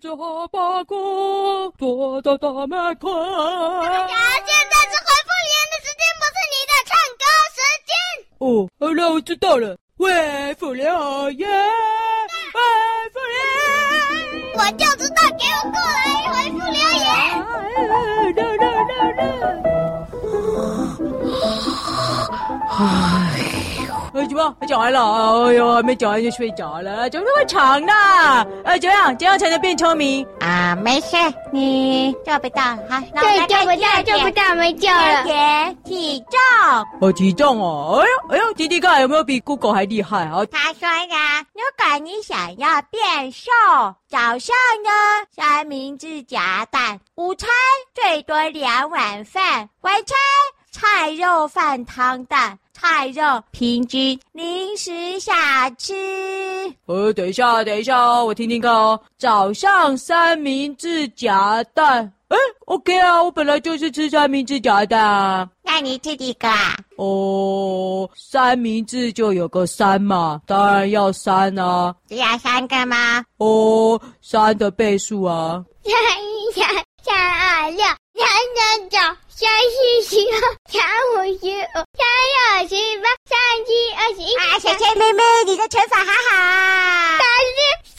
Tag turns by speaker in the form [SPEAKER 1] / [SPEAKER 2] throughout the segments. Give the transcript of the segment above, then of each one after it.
[SPEAKER 1] 잡아고 도도도매 콩
[SPEAKER 2] 现在是回复留言的时间，不是你的唱歌时间。
[SPEAKER 1] 哦，好了，我知道了。喂，福联好耶！喂，福联！
[SPEAKER 2] 我就知道，给我过来回复留言。
[SPEAKER 1] 啊，热热热热！哎，怎么还讲完了？哎呦，还没讲完就睡着了，怎么那么长呢？哎，怎么样？怎样才能变聪明？
[SPEAKER 3] 啊，没事，你做不到。好，那我
[SPEAKER 4] 对，
[SPEAKER 3] 们
[SPEAKER 4] 救
[SPEAKER 3] 来
[SPEAKER 4] 不
[SPEAKER 3] 看第
[SPEAKER 4] 到，救不
[SPEAKER 3] 二点。
[SPEAKER 4] 到，没救
[SPEAKER 3] 第
[SPEAKER 4] 了
[SPEAKER 3] 二。点，体重。
[SPEAKER 1] 哦，体重哦，哎呦，哎呦，弟弟看有没有比 Google 还厉害啊？
[SPEAKER 3] 他说呢，如果你想要变瘦，早上呢三明治夹蛋，午餐最多两碗饭，晚餐菜肉饭汤蛋，菜肉平均，零食小吃。
[SPEAKER 1] 呃，等一下，等一下哦，我听听看哦。早上三明治夹蛋，哎，OK 啊，我本来就是吃三明治夹蛋啊。
[SPEAKER 3] 那你吃几个啊？
[SPEAKER 1] 哦，三明治就有个三嘛，当然要三啊。
[SPEAKER 3] 只要三个吗？
[SPEAKER 1] 哦，三的倍数啊。
[SPEAKER 4] 三一三三二六，三三九，三四十二，三五十五，三六十八，三七二十一，
[SPEAKER 3] 啊，小千妹妹，你的乘法好好啊
[SPEAKER 4] 三！十三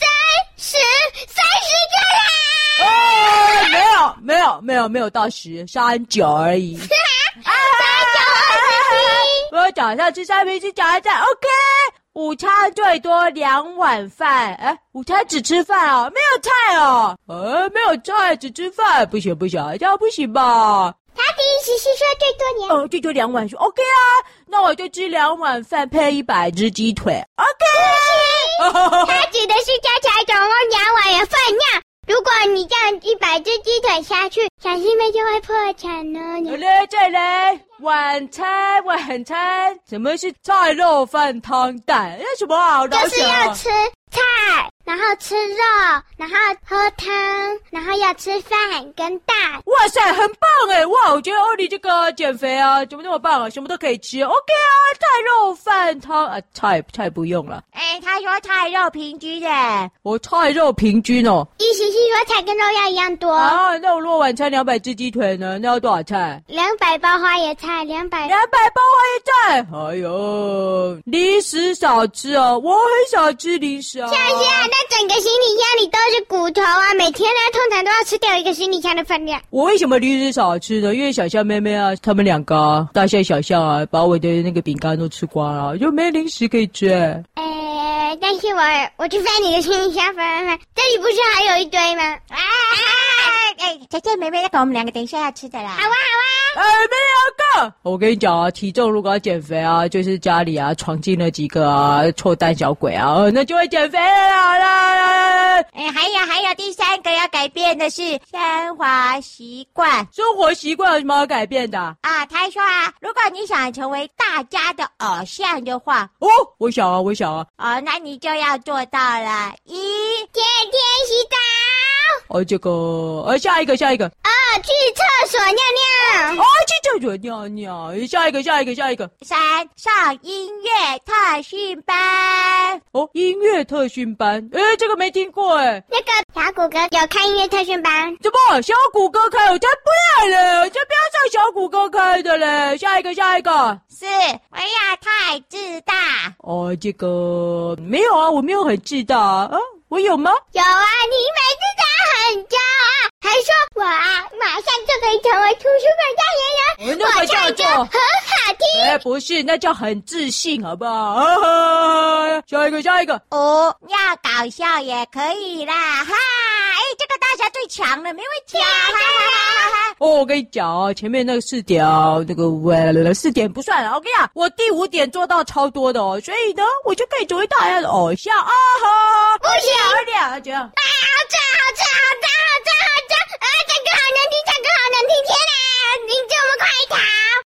[SPEAKER 4] 十三十个啦！
[SPEAKER 1] 哎，没有，没有，没有，没有到十，三九而已。我早上吃三明治夹蛋，OK。午餐最多两碗饭，哎，午餐只吃饭哦，没有菜哦，呃，没有菜只吃饭，不行不行，这样不行吧？
[SPEAKER 4] 他的意思是说最多年。
[SPEAKER 1] 哦，最多两碗说 OK 啊，那我就吃两碗饭配一百只鸡腿，OK。
[SPEAKER 4] 他指的是加起来总共两碗的分量。如果你这样一百只鸡腿下去，小师妹就会破产了呢。
[SPEAKER 1] 来再来，晚餐晚餐，什么是菜肉饭汤蛋？那什么啊？
[SPEAKER 4] 就
[SPEAKER 1] 老
[SPEAKER 4] 是
[SPEAKER 1] 小啊
[SPEAKER 4] 要吃菜，然后吃肉，然后喝汤，然后要吃饭跟蛋。
[SPEAKER 1] 哇塞，很棒哎！哇，我觉得欧尼这个减肥啊，怎么那么棒啊？什么都可以吃，OK 啊，菜肉饭汤啊，菜菜不用了，
[SPEAKER 3] 哎，他说菜肉平均哎耶，
[SPEAKER 1] 我菜肉平均哦。
[SPEAKER 4] 意思是说菜跟肉要一样多，
[SPEAKER 1] 啊，那我如果晚餐两百只鸡腿呢？那要多少菜？
[SPEAKER 4] 两百、包花椰菜，两百
[SPEAKER 1] 两百包花椰菜。哎呦，零食少吃哦，我很少吃零食啊。
[SPEAKER 4] 但是啊，那整个行李箱里都是骨头啊！每天呢，通常都要吃掉一个行李箱的分量。
[SPEAKER 1] 我为什么零食少吃呢？因为小象妹妹啊，他们两个、啊、大象小象啊，把我的那个饼干都吃光了，就没零食可以吃、哎
[SPEAKER 4] 哎，但是我我去翻你的行李箱翻翻，这里不是还有一堆吗？啊
[SPEAKER 3] 啊！哎，小千妹妹，那个我们两个等一下要吃的啦。
[SPEAKER 4] 好啊，好
[SPEAKER 1] 哎，没有个。我跟你讲啊，体重如果要减肥啊，就是家里啊闯进了几个啊臭蛋小鬼啊，呃那就会减肥了啦啦啦啦啦。
[SPEAKER 3] 哎，还有还有，第三个要改变的是生活习惯
[SPEAKER 1] 生活习惯有什么好改变的啊、
[SPEAKER 3] 啊。他说啊，如果你想成为大家的偶像的话，
[SPEAKER 1] 哦，我想啊，我想啊，
[SPEAKER 3] 哦，那你就要做到了一
[SPEAKER 4] 天天洗澡，
[SPEAKER 1] 哦这个，呃下一个下一个，哦
[SPEAKER 4] 二去厕所尿尿，
[SPEAKER 1] 去厕所尿尿，下一个下一个下一个，
[SPEAKER 3] 三上音乐特训班。
[SPEAKER 1] 哦音乐特训班，哎这个没听过哎，
[SPEAKER 4] 那个小谷哥有开音乐特训班，
[SPEAKER 1] 怎么小谷歌开我才不要嘞，我才不要上小谷歌开的嘞，下一个下一个。
[SPEAKER 3] 四，不要太自大。
[SPEAKER 1] 哦，这个没有啊，我没有很自大啊，啊我有吗？
[SPEAKER 4] 有啊，你每次都很骄傲，还说我啊马上就可以成为图书馆代言人，
[SPEAKER 1] 我那个叫做
[SPEAKER 4] 很好听。
[SPEAKER 1] 哎，不是，那叫很自信，好不好？啊、下一个，下一个，
[SPEAKER 3] 五，
[SPEAKER 2] 哦
[SPEAKER 3] 要搞笑也可以啦，哈！哎，这个大侠最强了，没问题啊，哈哈哈哈哈。
[SPEAKER 1] 哦，我跟你讲哦，前面那个四点哦，那个喂，四点不算了。啊我跟你讲，我第五点做到超多的哦，所以呢，我就可以成为大家的偶像啊！哈，不行，二点这样。
[SPEAKER 4] 啊，好脏，好脏，好脏，好脏，好脏！啊，这个好难听，这个好难听！天哪，你这么快逃！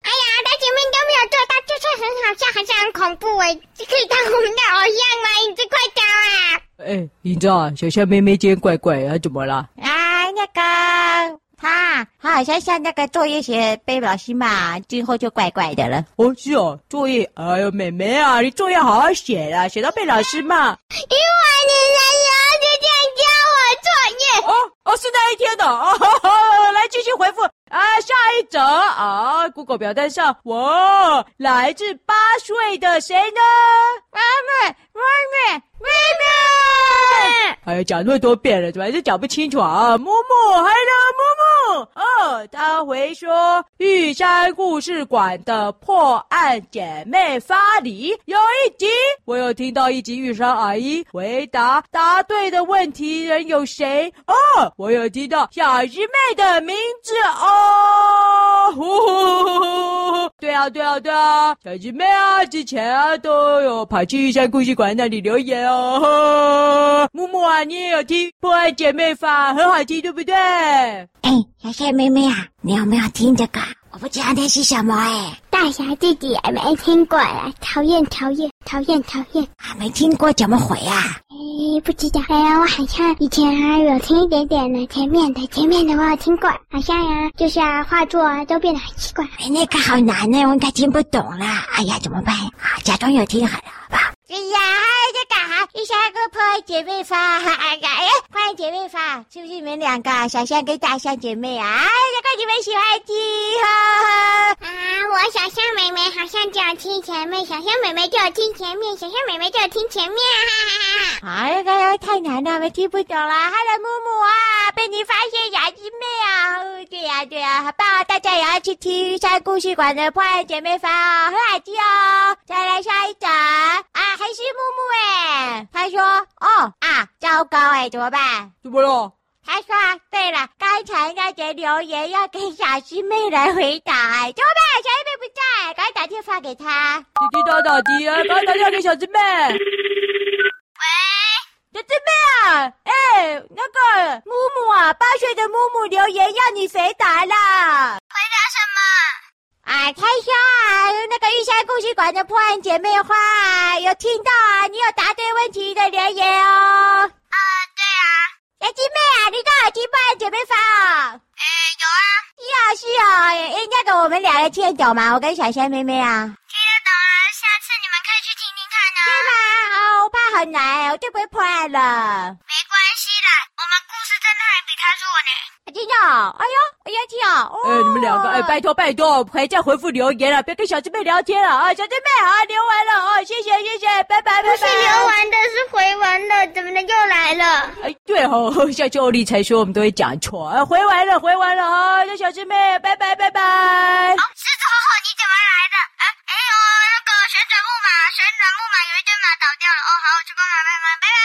[SPEAKER 4] 哎呀，在前面都没有做到，就是很好笑，还是很恐怖哎！这可以当我们的偶像吗？你这快逃啊！
[SPEAKER 1] 哎，你知道啊小夏妹妹今天怪怪，她怎么啦？
[SPEAKER 3] 啊，那个他他好像像那个作业写被老师骂之后就怪怪的了。
[SPEAKER 1] 哦，是哦，作业，哎呦，妹妹啊，你作业好好写啦，写到被老师骂。
[SPEAKER 4] 因为你男友就这样教
[SPEAKER 1] 哦，
[SPEAKER 4] 我作业，
[SPEAKER 1] 哦，来继续回复啊，下一则啊，Google 表单上，哇，来自八岁的谁呢？
[SPEAKER 3] 妈妈，妈妈，
[SPEAKER 1] 哎呀，讲那么多遍了，怎么还是讲不清楚啊？木木，还有木木，哦，他回说玉山故事馆的破案姐妹发里有一集，我有听到一集玉山阿姨回答答对的问题人有谁？哦，我有听到小师妹的名字哦。呼呼呼呼呼对啊，对啊，对啊，小师妹啊，之前啊都有跑去玉山故事馆那里留言哦。木木啊，你也有听《破案姐妹法》，很好听，对不对？
[SPEAKER 2] 哎，小帅妹妹啊，你有没有听这个？我不知道那是什么哎，
[SPEAKER 4] 大侠自己也没听过呀，讨厌讨厌讨厌讨厌！
[SPEAKER 2] 啊，没听过怎么回啊？
[SPEAKER 4] 哎，不知道。哎呀，我好像以前啊有听一点点呢，前面的前面的我有听过，好像呀、就是啊画作啊都变得很奇怪。
[SPEAKER 2] 哎，那个好难呢，我应该听不懂啦。哎呀，怎么办？啊，假装有听好了，好吧？
[SPEAKER 3] 哎呀，这干哈？一下个破案姐妹花，哎，破案姐妹花，是不是你们两个啊小象跟大象姐妹啊？哎，难怪你们喜欢听，哈哈。
[SPEAKER 4] 啊，我小象妹妹好像就要听前面，小象妹妹就要听前面，小象妹妹就要听前面，哈哈哈哈！
[SPEAKER 3] 哎，刚刚太难了，我们听不懂啦。Hello，木木啊，被你发现雅集妹啊，哦对呀、对呀、好棒啊！大家也要去听玉山故事馆的破案姐妹花哦，很好听哦。再来下一则啊，还是木木哎，他说哦啊，糟糕哎，怎么办？
[SPEAKER 1] 怎么了？
[SPEAKER 3] 他说啊，对了，刚才那些留言要给小师妹来回答哎，怎么办？小师妹不在，赶快打电话给她。
[SPEAKER 1] 滴滴答答滴啊，把打电话给小师妹。
[SPEAKER 3] 小师妹啊，哎、那个木木啊，八岁的木木留言要你回答啦。回答什么？啊，他说哎啊，那个玉山故事馆的破案姐妹花啊有听到啊，你有答对问题的留言哦。啊、对啊。小师妹啊，你都有听破案姐妹花哦。哎、有啊。是啊，是啊，哎，那个我们两个听得懂吗？我跟小仙妹妹啊。对吧？哦，我怕很难，我就不会破案了。没关系啦，我们故事真的还比他弱呢。真的哦、哎呦，哎呀，天啊！哦、
[SPEAKER 1] 哎，你们两个，哎，拜托拜托，还在回复留言啊了，别跟小师妹聊天了啊！小师妹啊，留完了哦，谢谢谢谢，拜拜拜拜。
[SPEAKER 4] 完的，是回完的，怎么的又来了？
[SPEAKER 1] 哎，对哦，下次欧丽才说我们都会讲错。啊，回完了，回完了啊，那小师妹，拜拜拜拜。
[SPEAKER 4] 狮子吼吼，你怎么来的？哎哎哦，那个旋转木马，旋转木马有一只马倒掉了。哦，好，我去帮忙帮忙，拜拜。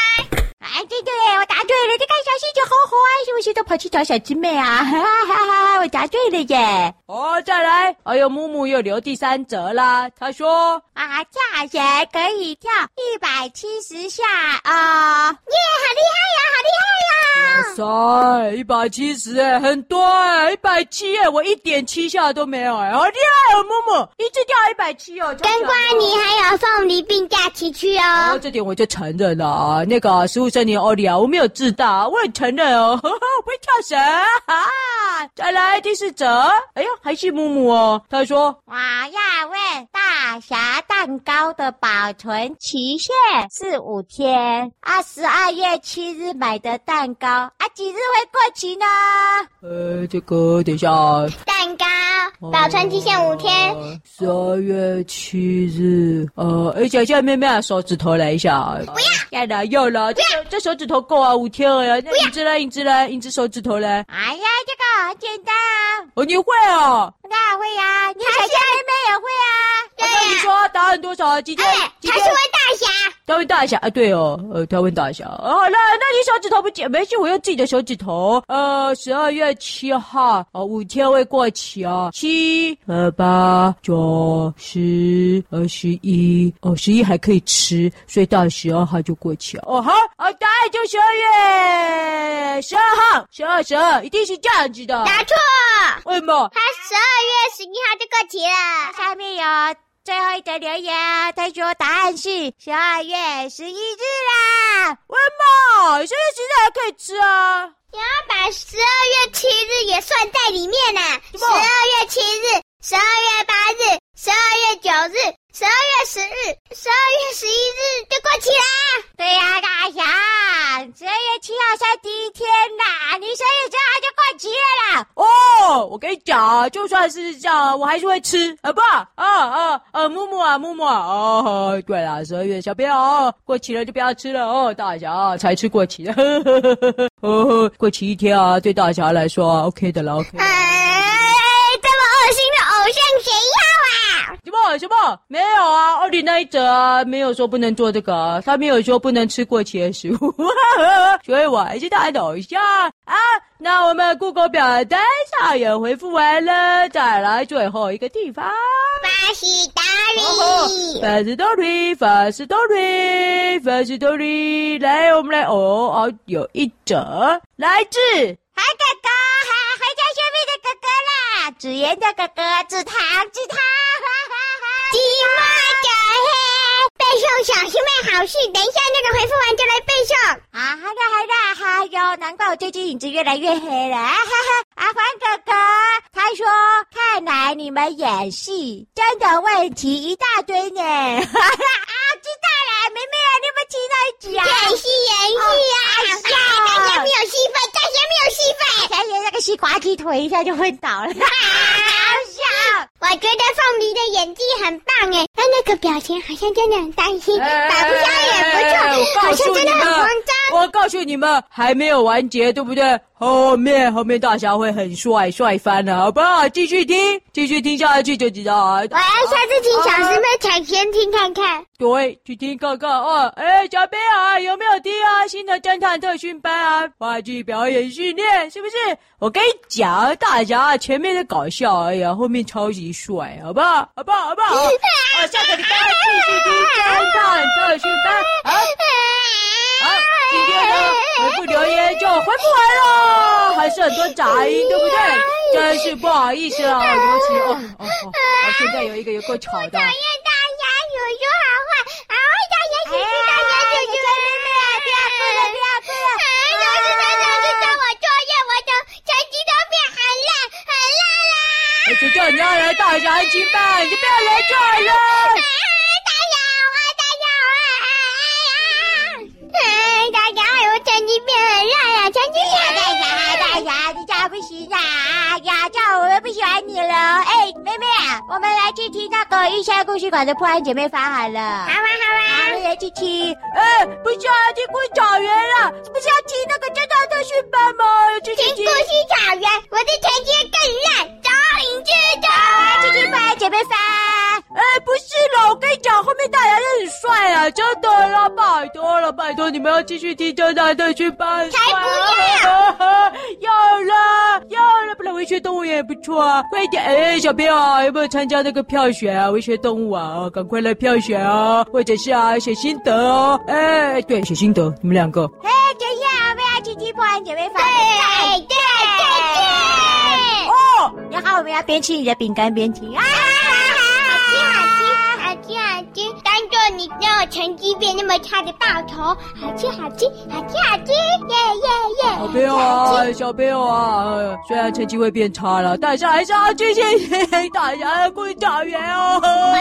[SPEAKER 3] 哎，对对，我答对了，这个小星球好好啊，是不是都跑去找小师妹啊？ 哈哈哈哈，我答对了耶！
[SPEAKER 1] 哦，再来，哎呦，木木又留第三折啦。他说，
[SPEAKER 3] 啊，跳绳可以跳一百七十下啊、哦！耶，好厉害呀、好厉害呀、
[SPEAKER 1] 哇塞，一百七十哎，很多哎，一百七哎，我一点七下都没有哎，好厉害哦，木木，一次掉一百七哦。真
[SPEAKER 4] 跟
[SPEAKER 1] 的
[SPEAKER 4] 瓜你还有凤梨并驾齐驱
[SPEAKER 1] 哦，
[SPEAKER 4] 哦。
[SPEAKER 1] 这点我就承认了啊。那个十五岁年欧里啊，我没有自大，我很承认哦，呵呵我不会跳绳啊。再来第四则，哎呦，还是木木哦。他说，
[SPEAKER 3] 我要问大侠蛋糕的保存期限是五天，啊，十二月七日买的蛋糕啊，几日会过期呢？
[SPEAKER 1] 呃，这个等一下啊，
[SPEAKER 4] 蛋糕保存期限五天，
[SPEAKER 1] 十二月七日。呃，哎，小夏妹妹啊，手指头来一下。哎不要，要了要了，这这手指头够啊，五天了呀。那影子来，影子来，影子手指头来。
[SPEAKER 3] 哎呀，这个很简单啊，
[SPEAKER 1] 哦，你会哦？
[SPEAKER 3] 那会呀、啊，你小虾妹妹也会啊。
[SPEAKER 1] 我跟你说答案多少啊？今天
[SPEAKER 4] 哎，
[SPEAKER 1] 今
[SPEAKER 4] 他
[SPEAKER 1] 天
[SPEAKER 4] 是位大侠。
[SPEAKER 1] 他问大侠啊，对哦，呃，他问大侠。哦，好了，那你手指头不剪，没事，我用自己的手指头。呃，十二月七号，哦，五天会过期哦。七、呃八、九、十、二十一，哦，十一还可以吃，所以到十二号就过期了。哦，好，哦，答案就十二月十二号，十二十二，一定是这样子的。
[SPEAKER 4] 答错，
[SPEAKER 1] 为什么？
[SPEAKER 4] 他十二月十一号就过期了。
[SPEAKER 3] 下面有最后一则留言啊，他说答案是十二月十一日啊啦。
[SPEAKER 1] 为什么？现在现在还可以吃啊。
[SPEAKER 4] 你要把十二月七日也算在里面呢、啊十二月七日、十二月八日、十二月九日、十二月十日、十二月十一日就过期啦。
[SPEAKER 3] 对呀、大侠，十二月七号才第一天啦，你生日之后就过
[SPEAKER 1] 我跟你讲啊，就算是这样，我还是会吃，好不好？啊啊啊，木木啊，木木啊，哦，对啦，十二月小朋友、哦、过期了就不要吃了哦，大侠、啊、才吃过期的，呵呵呵呵呵，哦，过期一天啊，对大侠来说、啊、OK 的啦，OK
[SPEAKER 4] 哎
[SPEAKER 1] 的。，
[SPEAKER 4] 这么恶心的偶像谁要啊？
[SPEAKER 1] 什么什么？没有啊，奥利那一则啊，没有说不能做这个、啊，他没有说不能吃过期的食物， 所以我还是他的偶像啊。那我们 Google 表单上也回复完了，再来最后一个地方。
[SPEAKER 4] 巴西达
[SPEAKER 1] 哦
[SPEAKER 4] 里，
[SPEAKER 1] 法式豆里，法式豆里，法式豆里，来，我们来哦哦，有一则来自
[SPEAKER 3] 海哥哥，海海叫学妹的哥哥啦，紫妍的哥哥，紫糖，紫糖，
[SPEAKER 4] 鸡妈的嘿！背诵小师妹好事，等一下那个回复完就来背诵。
[SPEAKER 3] 啊，好的好的，哎呦，难怪我最近影子越来越黑了，啊 哈哈！阿欢哥哥他说，看来你们演戏真的问题一大堆呢， 哈哈！啊，知道了，妹妹啊，你们听到 一集啊？
[SPEAKER 4] 演戏演戏啊！
[SPEAKER 3] 哦
[SPEAKER 4] 大家没有戏份，大家没有戏份。
[SPEAKER 3] 前爷那个西瓜鸡腿一下就昏倒了，好笑。
[SPEAKER 4] 我觉得凤梨的演技很棒哎，但那个表情好像真的很担心，打不
[SPEAKER 1] 哎
[SPEAKER 4] 下也不错，
[SPEAKER 1] 我
[SPEAKER 4] 好
[SPEAKER 1] 告诉
[SPEAKER 4] 像真
[SPEAKER 1] 你
[SPEAKER 4] 的很慌
[SPEAKER 1] 们
[SPEAKER 4] 张。，
[SPEAKER 1] 我告诉你们，还没有完结，对不对？后面后面大侠会很帅，帅翻了，好不好？继续听，继续听下去就知道啊。
[SPEAKER 4] 我要下次请小师妹抢先听看看。
[SPEAKER 1] 对，去听看看啊！哎，小朋友啊，有没有听啊？新的侦探特训班啊，话剧表演训练是不是？我跟你讲，大侠啊前面的搞笑而已啊，后面超级帅，好不好？好不好？好不好？啊，下个礼拜继续听侦探特训班。好，好，今天呢回复留言就回复完了，还是很多杂音，对不对？真是不好意思啊，尤其哦哦哦哦，现在有一个有够吵的。
[SPEAKER 4] 讨厌大牙叔叔好坏，好坏大牙叔叔，大牙叔叔，不要哭了，不要哭了。老师，老师，老师，叫我作业，我的成绩都变很烂，很烂啦。
[SPEAKER 1] 我就哎叫你要来大侠安亲哎班，你就不要来这儿了。
[SPEAKER 4] 大牙啊，大牙啊，哎呀，大牙，我成绩变很烂了，成绩变
[SPEAKER 3] 大牙大牙，你这样不行啊！呀，这样我们不喜欢你了。哎，妹妹啊，我们来去听那个玉山故事馆的破案姐妹花好了。
[SPEAKER 4] 好玩好
[SPEAKER 3] 好，我
[SPEAKER 4] 玩。
[SPEAKER 3] 们来去听。呃
[SPEAKER 1] 哎，不是啊，去过草原了，不是要听那个侦探特训班吗？去去
[SPEAKER 4] 听
[SPEAKER 1] 去
[SPEAKER 4] 故。事草原，我的成绩更烂，早已知道。
[SPEAKER 3] 去听破案姐妹花。
[SPEAKER 1] 哎，不是啦，我跟你讲，后面大侠真的很帅啊，真的啦，拜托了，拜托你们要继续听侦探特训班。才哎不要！要啦，要啦，不然文学动物园也不错啊。快一点，哎，小朋友啊有没有参加那个票选啊？文学动物啊，哦赶快来票选啊，或者是啊写心得哦。哎，对，写心得，你们两个。
[SPEAKER 3] 哎，怎样？我们要去听破案姐妹花。
[SPEAKER 4] 哎对对对对。
[SPEAKER 1] 哦，
[SPEAKER 3] 然后我们要边吃你的饼干边听啊。
[SPEAKER 4] 好吃好吃好吃好吃！当做你让我成绩变那么差的报仇，好吃好吃好吃好吃！耶耶耶！
[SPEAKER 1] 小朋友啊，小朋友啊，呃虽然成绩会变差了，但是还是要继续打赢故事草原哦。
[SPEAKER 4] 我
[SPEAKER 1] 哎啊呃哦